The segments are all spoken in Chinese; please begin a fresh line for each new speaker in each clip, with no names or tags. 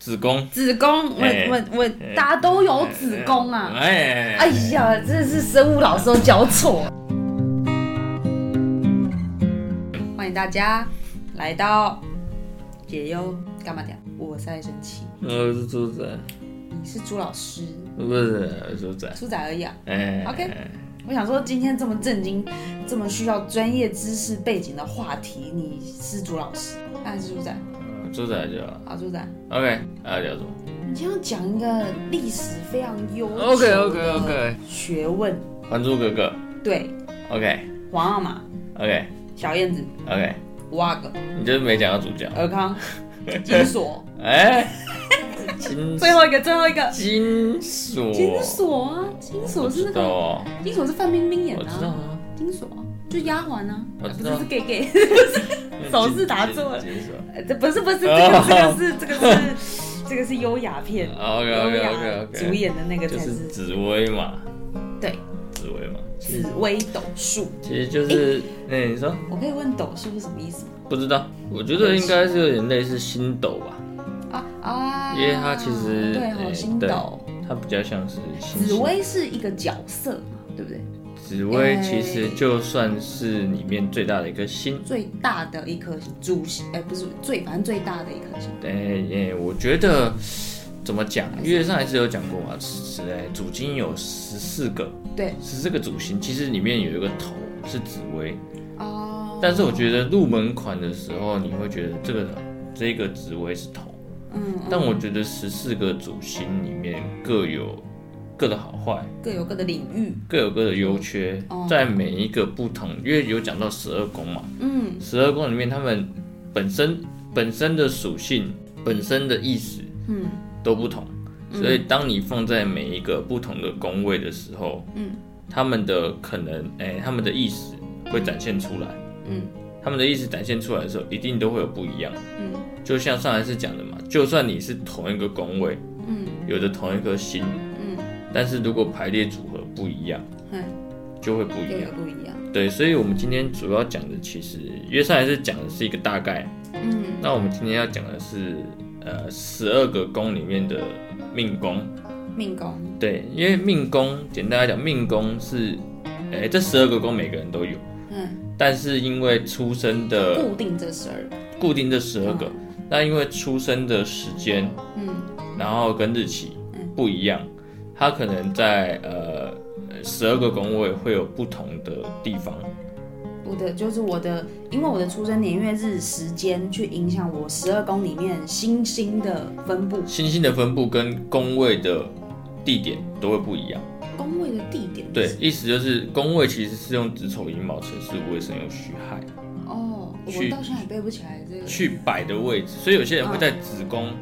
子宫，
子宫，我
哎
我我，大家都有子宫啊！
哎，
哎呀，真的是生物老师都教错。欢迎大家来到解忧干嘛点？我是爱生气，
我是呃猪仔，
你是朱老师，
不是猪仔，
朱仔而已啊。
哎
OK 我想说，今天这么震惊、这么需要专业知识背景的话题，你是朱老师，那还是朱仔？
嗯猪仔就好
好，朱仔，
OK，还要叫什么
你今天要讲一个历史非常悠久的
OK，OK，OK
学问，
《还珠格格》
对，
OK
皇阿玛、
OK
小燕子、
OK，
五阿哥、
你就是没讲到主角，
尔康、金锁，
哎，金
最后一个，最后一个，
金锁，
金锁啊，金锁是那
我知道
个，
哦，
金锁是范冰冰演
我
的、
知道
啊，
啊，
金锁啊就丫鬟啊，
我
啊
知
不
道
是是 gay gay，手
金
势打坐
金金锁
呃这不是不是，这
哦
个这个是这个是这个是优雅 片。
，OK
优
OK
雅
OK
主
OK，
演的那个
就
才
是
是
紫薇嘛，
对
紫薇嘛，其
紫
实
薇斗数。
其实就是，哎，你说。
我可以问斗数是什么意思吗？
不知道，我觉得应该是有点类似星斗吧，
啊啊！
因为它其实
对
哎
好星
对
斗，
它比较像是星
紫
星。
薇是一个角色嘛，对不对？
紫薇其实就算是里面最大的一颗星。
最大的一颗星，主星哎不是最，反正最大的一颗星。
哎、哎、我觉得怎么讲？因为上一次有讲过嘛，是哎主星有十四个，
对
十四个主星，其实里面有一个头是紫薇，
哦，
但是我觉得入门款的时候，你会觉得这个这个紫薇是头，
嗯，
但我觉得十四个主星里面各有各的好坏。
各有各的领域，
各有各的优缺，在每一个不同，因为有讲到十二宫嘛，
嗯，
十二宫里面他们本身本身的属性、本身的意思，
嗯，
都不同，所以当你放在每一个不同的宫位的时候，
嗯，
他们的可能，哎、他们的意思会展现出来，
嗯，
他们的意思展现出来的时候，一定都会有不一样，
嗯，
就像上一次讲的嘛，就算你是同一个宫位，
嗯，
有着同一颗星，
嗯，
但是如果排列组合不一样，
嗯，
就会不一
又
样
有。不一样，
对，所以我们今天主要讲的其实，因为上一次讲的是一个大概，
嗯
那我们今天要讲的是呃十二个宫里面的命宫。
命宫，
对，因为命宫简单来讲，命宫是，哎、这十二个宫每个人都有，
嗯，
但是因为出生的
固定这十二个，
固定这十二个，那因为出生的时间，
嗯
然后跟日期不一样，它可能在呃十二个宫位会有不同的地方。
我的就是我的，因为我的出生年月日时间去影响我十二宫里面星星的分布，
星星的分布跟宫位的地点都会不一样。
宫位的地点，
对，，意思就是宫位其实是用子丑寅卯辰巳午未申酉戌亥
哦，我
去
到现在也背不起来这个。
去摆的位置，所以有些人会在子宫、
嗯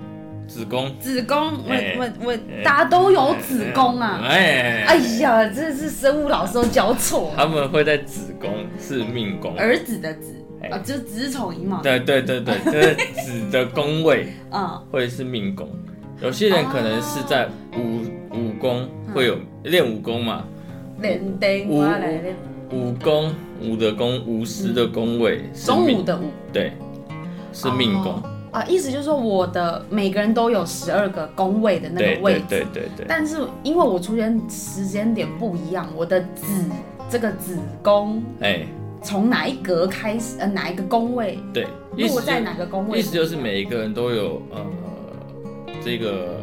子宫
子宫，我
哎
我我，大家都有子宫啊！
哎，
哎呀，真的是生物老师都教错，
他们会在子宫是命宫。
儿子的子
哎
啊，就是子丑寅卯，
对对对对，就是子的宫位
嗯，
会是命宫。有些人可能是在武
哦
武功会
嗯
有练武功嘛，
连灯
五
我来练，
武功武的宫武十的宫位是
中午
命
的午
对是命宫。
啊，意思就是说我的每个人都有十二个宫位的那
对
个位
对
置，
对对对，
但是因为我出生时间点不一样，我的子这个子宫
哎，
从哪一格开始，呃，哪一个宫位
对，意
落
思
在
就
哪个宫位
意，思就是每一个人都有呃这个，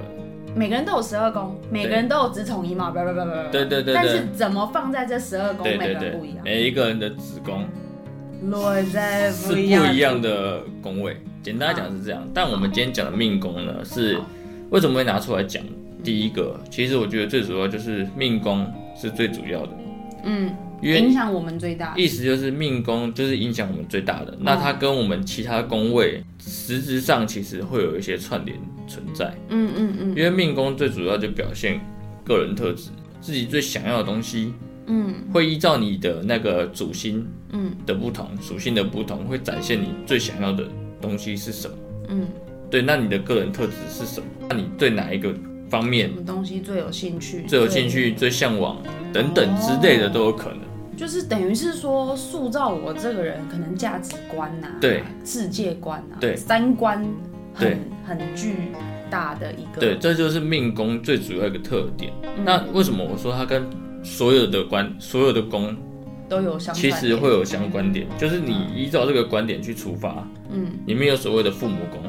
每个人都有十二宫，每个人都有子丑寅卯，不不不不不，
对对对
但
对
是怎么放在这十二宫，
对
每
对
个人不一
对，
样，
每一个人的子宫
落在
是
不
不
一样，
一样的宫位，简单来讲是这样。但我们今天讲的命宫呢，是为什么会拿出来讲？第一个，其实我觉得最主要就是命宫是最主要的，
嗯，
因为
影响我们最大，
意思就是命宫就是影响我们最大的，那它
嗯
跟我们其他宫位实质上其实会有一些串联存在。
嗯嗯嗯
因为命宫最主要就表现个人特质，自己最想要的东西，
嗯
会依照你的那个主星
嗯
的不同、属性的不同，会展现你最想要的东西是什么。
嗯，
对，那你的个人特质是什么？那你对哪一个方面
什么东西最有兴趣，
最有兴趣、最向往等等之类
哦
的都有可能。
对，就是等于是说塑造我这个人可能价值观呐、啊
对，
世界观呐、
对
三观
对
很很具大的一个
对，这就是命宫最主要一个特点。
嗯
那为什么我说它跟所有的关、所有的宫
都有相
其
关
实
联
会有相关点？就是你依照这个观点去出发，嗯，里面有所谓的父母宫，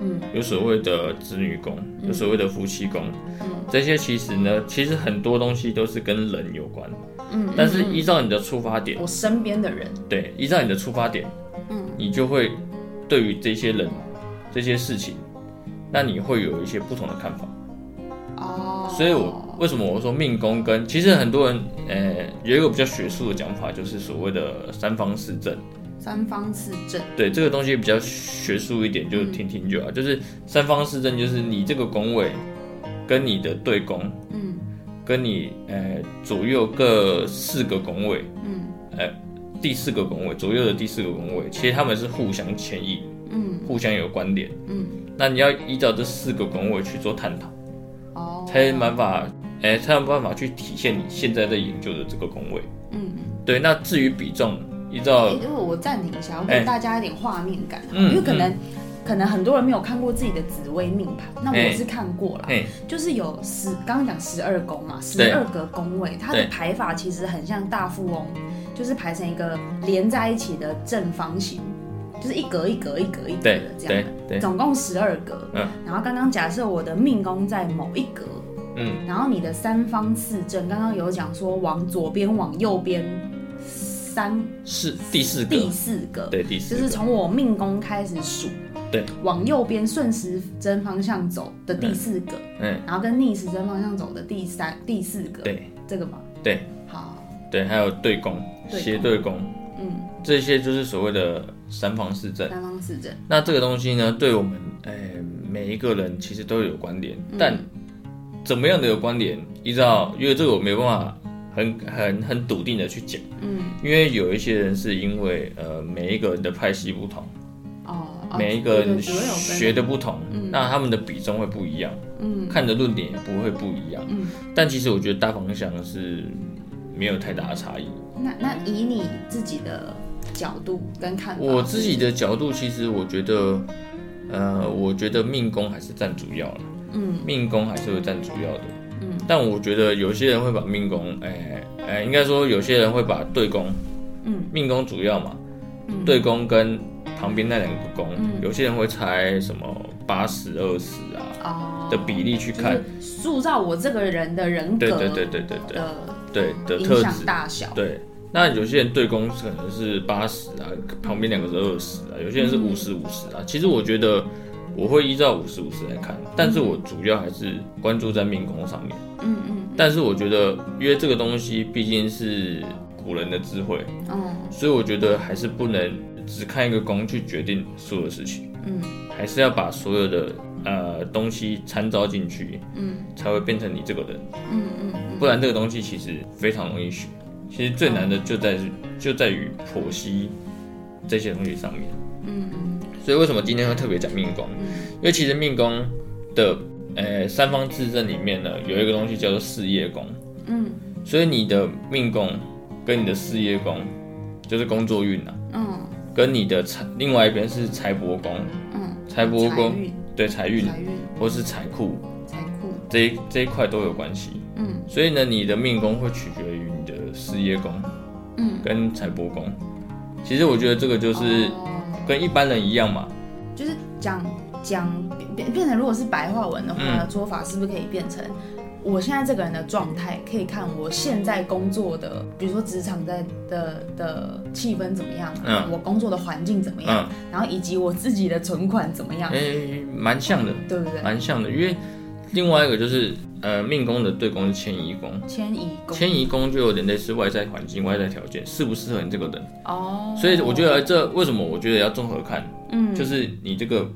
嗯，
有所谓的子女宫，有所谓的夫妻宫，嗯，这些其实呢，其实很多东西都是跟人有关，嗯，但是依照你的出发点，
我身边的人，
对，依照你的出发点，嗯，你就会对于这些人、这些事情，那你会有一些不同的看法。
哦，
所以我为什么我说命宫跟其实很多人呃有一个比较学术的讲法，就是所谓的三方四正。
三方四正，
对这个东西比较学术一点，就听听就好。
嗯
就是三方四正，就是你这个宫位跟你的对宫，
嗯
跟你呃左右各四个宫位，
嗯
第四个宫位左右的第四个宫位，其实他们是互相牵引，
嗯
互相有关联。
嗯，
那你要依照这四个宫位去做探讨，
哦，
才有办法，哎、才有办法去体现你现在在研究的这个宫位。
嗯。
对，那至于比重，依
哎、
照
如果我暂停一下，我
哎
给大家一点画面感，啊
嗯
因为可能、可能很多人没有看过自己的紫微命盘，那我
哎
是看过了，
嘿，
就是有十，刚刚讲十二宫嘛，
对
十二个宫位，它的
对
排法其实很像大富翁，就是排成一个连在一起的正方形，就是一格一格一格一格
对
的这
对
样的，
对，
总共十二格。
嗯
然后刚刚假设我的命宫在某一格，
嗯，
然后你的三方四正，刚刚有讲说往左边往右边三
是第四个
第，四个，
对，第四
呃就
个，
是从我命宫开始数，
对，
往右边顺时针方向走的第四个，
嗯，
然后跟逆时针方向走的第三、第四个，，
对
这个吗？
对
好，
对，还有对宫、
对宫
斜对宫，
嗯，
这些就是所谓的三方四正。
三方四正，
那这个东西呢，对我们哎、每一个人其实都有关联，
嗯
但怎么样的有关联，依照因为这个我没有办法很很很笃定的去讲，
嗯，
因为有一些人是因为呃每一个人的派系不同，
哦，哦
每一个人
对对对有分
学的不同，那他们的比重会不一样，
嗯
看的论点也不会不一样，
嗯
但其实我觉得大方向是没有太大的差异。
那那以你自己的角度跟看法，
我自己的角度，其实我觉得，呃，我觉得命宫还是占主要了，
嗯，
命宫还是会占主要的，
嗯，
但我觉得有些人会把命宫，哎、哎、应该说有些人会把对宫，
嗯，
命宫主要嘛，
嗯
对宫跟旁边那两个宫，
嗯
有些人会猜什么八十二十啊
哦
的比例去看，
就是塑造我这个人的人格
对对对对对对
的
对的
影
特
响
质，
大小，
对。那有些人对宫可能是八十啊，旁边两个是二十啊，有些人是
嗯
五十五十啊。其实我觉得我会依照五十五十来看，但是我主要还是关注在命宫上面。
嗯嗯
但是我觉得，因为这个东西毕竟是古人的智慧，
嗯
所以我觉得还是不能只看一个宫去决定所有的事情，
嗯
还是要把所有的呃东西参照进去，
嗯，
才会变成你这个人。
嗯嗯嗯，
不然这个东西其实非常容易学。其实最难的就在就在于剖析这些东西上面。
嗯嗯
所以为什么今天会特别讲命宫？因为其实命宫的呃三方四正里面呢，有一个东西叫做事业宫。
嗯
所以你的命宫跟你的事业宫，就是工作运啊，
嗯
跟你的财另外一边是财帛宫，
嗯，
财帛
财
宫
运
对财运
财运
或是财库
财库，
这一这一块都有关系。
嗯
所以呢，你的命宫会取决于你的事业宫，
嗯，
跟财帛宫。其实我觉得这个就是
哦
跟一般人一样嘛，
就是讲讲变变变成，如果是白话文的
嗯
话，做法是不是可以变成？我现在这个人的状态，可以看我现在工作的，比如说职场在的的气氛怎么样，啊
嗯
我工作的环境怎么样，
嗯，
然后以及我自己的存款怎么样，
诶、蛮像的，
对嗯不对？
蛮像的。因为另外一个就是，呃，命宫的对宫是迁移宫，
迁移宫
迁移宫就有点类似外在环境、外在条件适不适合你这个人。
哦，
所以我觉得这为什么我觉得要综合看，
嗯
就是你这个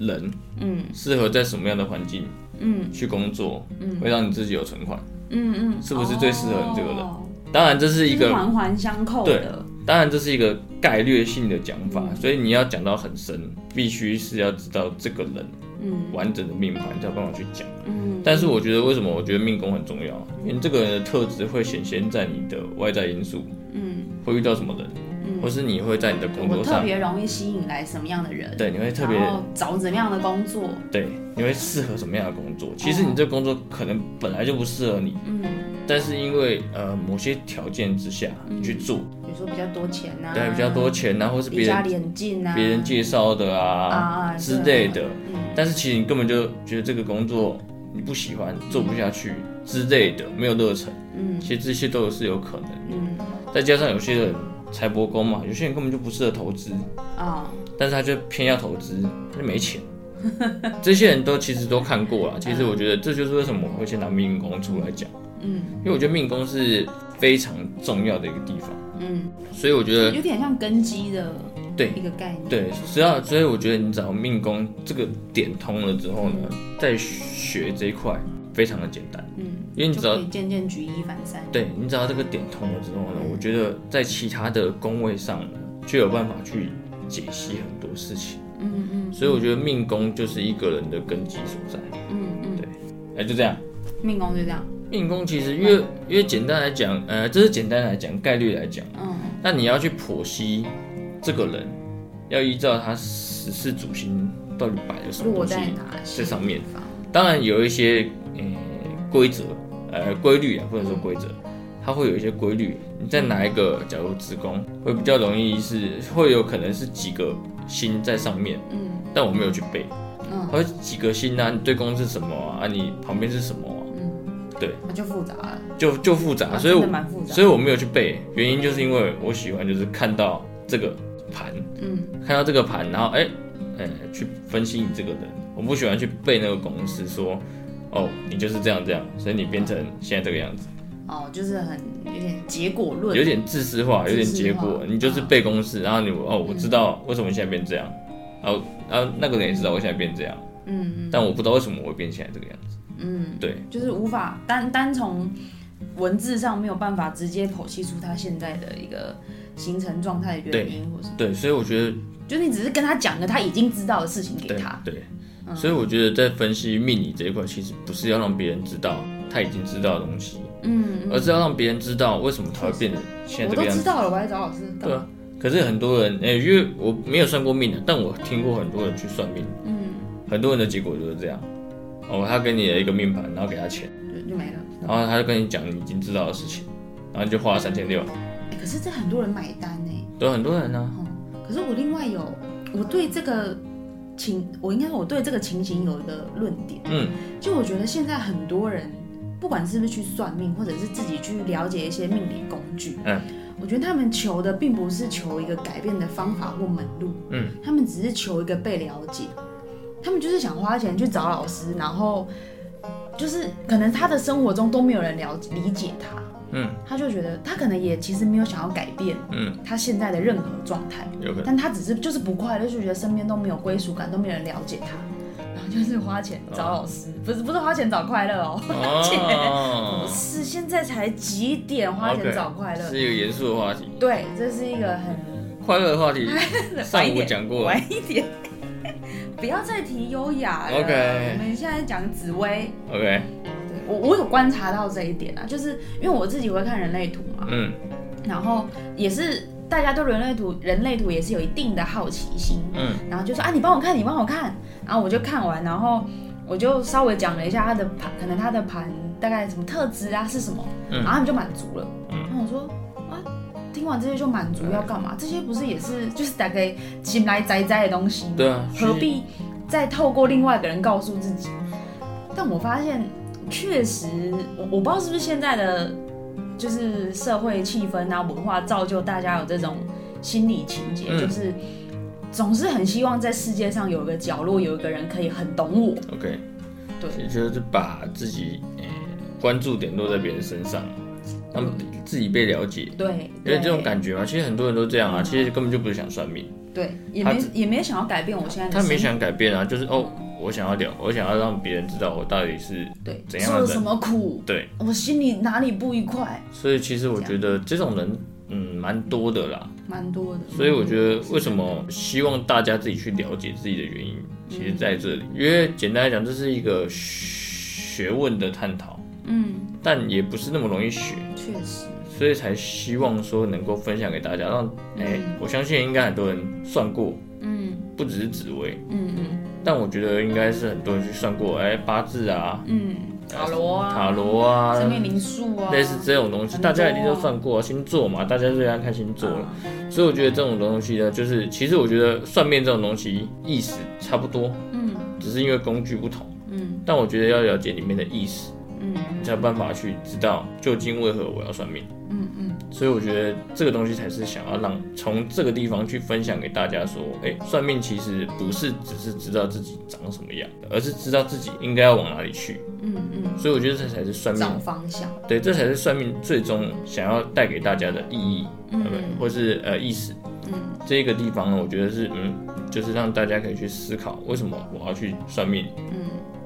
人
嗯
适合在什么样的环境
嗯
去工作，
嗯
会让你自己有存款。
嗯嗯，
是不是最适合你这个人
哦
当然这是一
就
个
是环环相扣的。
当然，这是一个概略性的讲法，所以你要讲到很深，必须是要知道这个人
嗯
完整的命盘，才有办法去讲。
嗯
但是我觉得，为什么我觉得命宫很重要？因为这个人的特质会显现在你的外在因素，
嗯
会遇到什么人，
嗯
或是你会在你的工
我
作
特
上，
别容易吸引来什么样的人，
对，你会特别
然后找怎么样的工作，
对，你会适合什么样的工作？其实你这工作可能本来就不适合你，
哦嗯，
但是因为呃某些条件之下你去做，
比如说比较多钱嗯呐、啊，
对，比较多钱啊，或是
离
别
家
人
里很近啊，
别人介绍的
啊
啊
啊
之类的，
嗯，
但是其实你根本就觉得这个工作你不喜欢，做不下去之类的，没有热忱，
嗯
其实这些都是有可能的。
嗯
再加上有些人财帛宫嘛，有些人根本就不适合投资，
啊、
但是他就偏要投资，他就没钱。 这些人都其实都看过了，其实我觉得这就是为什么我会先拿命宫出来讲，
嗯
因为我觉得命宫是非常重要的一个地方，
嗯，
所以我觉得
有点像根基的
对
一个概念，
对，只要所以我觉得你找命宫这个点通了之后呢，在学这一块非常的简单，
嗯，
因为你
就
只要
可以渐渐举一反三，
对你只要这个点通了之后
嗯
呢，我觉得在其他的宫位上呢，就有办法去解析很多事情，
嗯嗯
所以我觉得命宫就是一个人的根基所在。
嗯嗯，
哎，就这样。
命宫就这样，
命宫其实越越简单来讲，呃，这是简单来讲，概率来讲，
嗯
那你要去剖析这个人，要依照他十四主星到底摆了什么
落
东西
在哪些
这上面
地方？
当然有一些呃规则，呃规律啊，不
嗯
能说规则，它会有一些规律。你在哪一个假如子宫会比较容易是会有可能是几个星在上面，
嗯
但我没有去背，
嗯
它会几个星啊？你对宫是什么啊？啊你旁边是什么啊？
嗯，
对，
那就复杂了，
就就复杂，
啊
所以
真
我
的蛮复杂，
所以我没有去背，原因就是因为我喜欢就是看到这个盘，
嗯
看到这个盘，然后哎，呃、去分析你这个人。我不喜欢去背那个公式说，哦，你就是这样这样，所以你变成现在这个样子，
哦，就是很有点结果论，
有点自私化，有点结
自私
果
化，嗯
你就是背公式，然后你哦，我知道为什么你现在变这样，然后然后那个人也知道我现在变这样，
嗯
但我不知道为什么我会变现在这个样子，
嗯嗯，
对。
就是无法单单从文字上没有办法直接剖析出他现在的一个形成状态的原因，或是
对，所以我觉得
就是你只是跟他讲个他已经知道的事情给
对
他，嗯
对，所以我觉得在分析命理这一块，其实不是要让别人知道他已经知道的东西，
嗯，
而是要让别人知道为什么他会变成现
我
在这
都
个样
知
子。
道了，我还找老师干
对
嘛？
啊，可是很多人，哎、因为我没有算过命啊的，但我听过很多人去算命，
嗯，
很多人的结果就是这样。哦，他给你了一个命盘，然后给他钱，
就就没了。
然后他就跟你讲你已经知道的事情，然后你就花了三千六。
哎，可是这很多人买单呢，
对，很多人呢、
哦，可是我另外有我对这个情，我应该说我对这个情形有一个论点。
嗯，
就我觉得现在很多人，不管是不是去算命，或者是自己去了解一些命理工具，
嗯，
我觉得他们求的并不是求一个改变的方法或门路，
嗯，
他们只是求一个被了解，他们就是想花钱去找老师，然后就是可能他的生活中都没有人了解理解他，
嗯，
他就觉得他可能也其实没有想要改变，
嗯，
他现在的任何状态，
有可能
但他只是就是不快乐，就觉得身边都没有归属感，都没有人了解他，然后就是花钱找老师，
嗯
不是不是花钱找快乐哦，
哦
不，是现在才几点花钱找 快乐？
是一个严肃的话题，
对，这是一个很
快乐的话 题上
晚一
午
点
讲过了
晚。一点， 不要再提优雅了。
OK
我们现在讲紫薇，
OK，
对我我有观察到这一点啊，就是因为我自己会看人类图嘛，
嗯
然后也是大家对人类图人类图也是有一定的好奇心，
嗯
然后就说啊，你帮我看，你帮我看，然后我就看完，然后我就稍微讲了一下他的盘，可能他的盘大概什么特质啊是什么，
嗯
然后他们就满足了。
嗯
然后我说啊，听完这些就满足要干嘛？这些不是也是就是大概请来宅宅的东西吗？
对啊
何必再透过另外一个人告诉自己？但我发现确实，我我不知道是不是现在的就是社会气氛啊文化造就大家有这种心理情节，
嗯
就是总是很希望在世界上有一个角落有一个人可以很懂我。
，OK，
对
也就是把自己呃关注点落在别人身上，让自己被了解，
嗯对，嗯
因为这种感觉嘛，其实很多人都这样啊，其实根本就不是想算命，
对，也
他
没也没想要改变我现在的
他没
生
想改变啊，就是哦，我想要了，我想要让别人知道我到底是
对
怎样啊
受了
的人
什么苦，
对，
我心里哪里不愉快，
所以其实我觉得这种人嗯蛮多的啦，
蛮多的。
所以我觉得为什么希望大家自己去了解自己的原因，其实在这里，因为简单来讲，这是一个学问的探讨，
嗯，
但也不是那么容易学。
确实，
所所以才希望说能够分享给大家，让哎、我相信应该很多人算过，
嗯
不只是紫薇，
嗯嗯
但我觉得应该是很多人去算过，哎、八字啊、
嗯，塔罗啊，
塔罗啊，
生命灵数啊，
类似这种东西，
很多
大家一定都算过、啊、星座嘛，大家最爱看星座了。
嗯
所以我觉得这种东西呢，就是其实我觉得算命这种东西意思差不多，
嗯
只是因为工具不同。
嗯
但我觉得要了解里面的意思，
嗯
你才有办法去知道究竟为何我要算命。
嗯嗯
所以我觉得这个东西才是想要让从这个地方去分享给大家说，哎、算命其实不是只是知道自己长什么样，而是知道自己应该要往哪里去。
嗯
所以我觉得这才是算
嗯，
命
找方向，
对，这才是算命最终想要带给大家的意义，
嗯
呃或是呃意思。
嗯
这个地方呢，我觉得是嗯，就是让大家可以去思考，为什么我要去算命？
嗯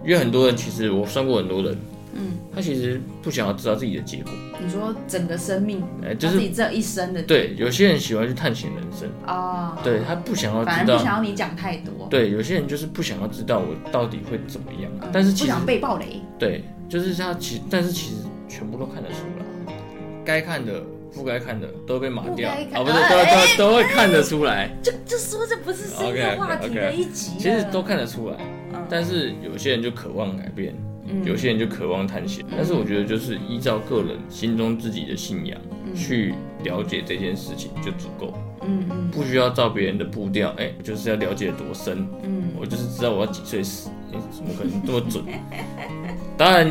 因为很多人其实我算过很多人，
嗯，
他其实不想要知道自己的结果，
你说整个生命，
哎、就
他
是
自己这一生的
对有些人喜欢去探险人生，
啊，
对他不想要
反
知
正不
道，
想要你讲太多，
对有些人就是不想要知道我到底会怎么样，啊
嗯
但是
不
其实
想被暴雷，
对，就是他其但是其实全部都看得出来。该看的、不该看的都被码掉
不该看
啊，不是
啊
都都都会看得出来，
就就说这不是深夜
OK，OK，OK
话题的一集了，
其实都看得出来
嗯。
但是有些人就渴望改变，
嗯
有些人就渴望探险。但是我觉得就是依照个人心中自己的信仰去了解这件事情就足够，
嗯嗯
不需要照别人的步调。哎，我就是要了解多深，
嗯
我就是知道我要几岁死，哎怎么可能这么 准？当然，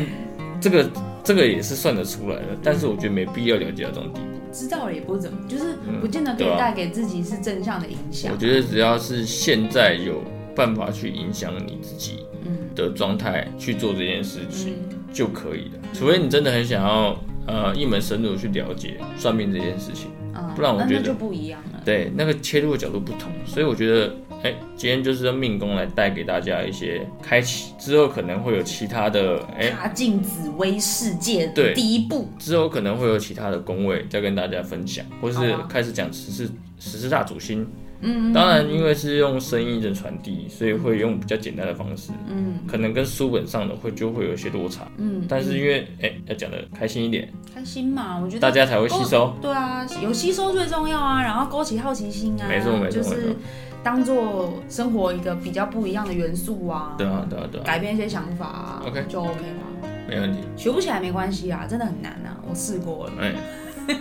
这个这个也是算得出来的，但是我觉得没必要了解到这种地步。
知道了也不怎么，就是不见得可以
对啊
带给自己是正向的影响
我。觉得只要是现在有办法去影响你自己
嗯
的状态去做这件事情
嗯
就可以了，除非你真的很想要呃一门深入地去了解算命这件事情，
嗯，
不然我
那
觉
那
得
就不一样了。
对那个切入的角度不同，所以我觉得哎、今天就是用命宫来带给大家一些开启，之后可能会有其他的哎、
踏进紫薇世界的
对
第一步，
之后可能会有其他的宫位再跟大家分享，或是
好啊
开始讲十四十四大主星。
嗯，
当然因为是用声音的传递，所以会用比较简单的方式，
嗯
可能跟书本上的会就会有一些落差。
嗯，
但是因为哎、要讲的开心一点，
开心嘛，我觉得
大家才会吸收。
对啊，有吸收最重要啊，然后勾起好奇心啊，
没错没错
就
没
是
错
当做生活一个比较不一样的元素啊，
对啊对啊对啊，
改变一些想法啊
OK
就 OK 啦。
没问题。
学不起来没关系啊，真的很难啊，我试过了
哎、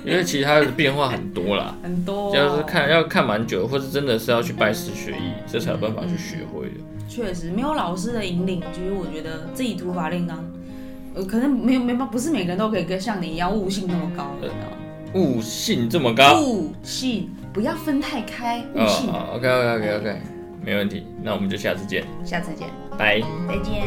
因为其他的变化很多 啦，
很多，
要是看要看蛮久，或是真的是要去拜师学艺，这才有办法去学会的。
确实没有老师的引领，其实我觉得自己土法炼钢，呃，可能没有没办法，不是每个人都可以跟像你一样悟性那么高，你知道吗
啊悟性这么高
悟性不要分太开，悟
哦
性。
啊好 OK OK OK OK，没问题。那我们就下次见，
下次见，
拜。
再见。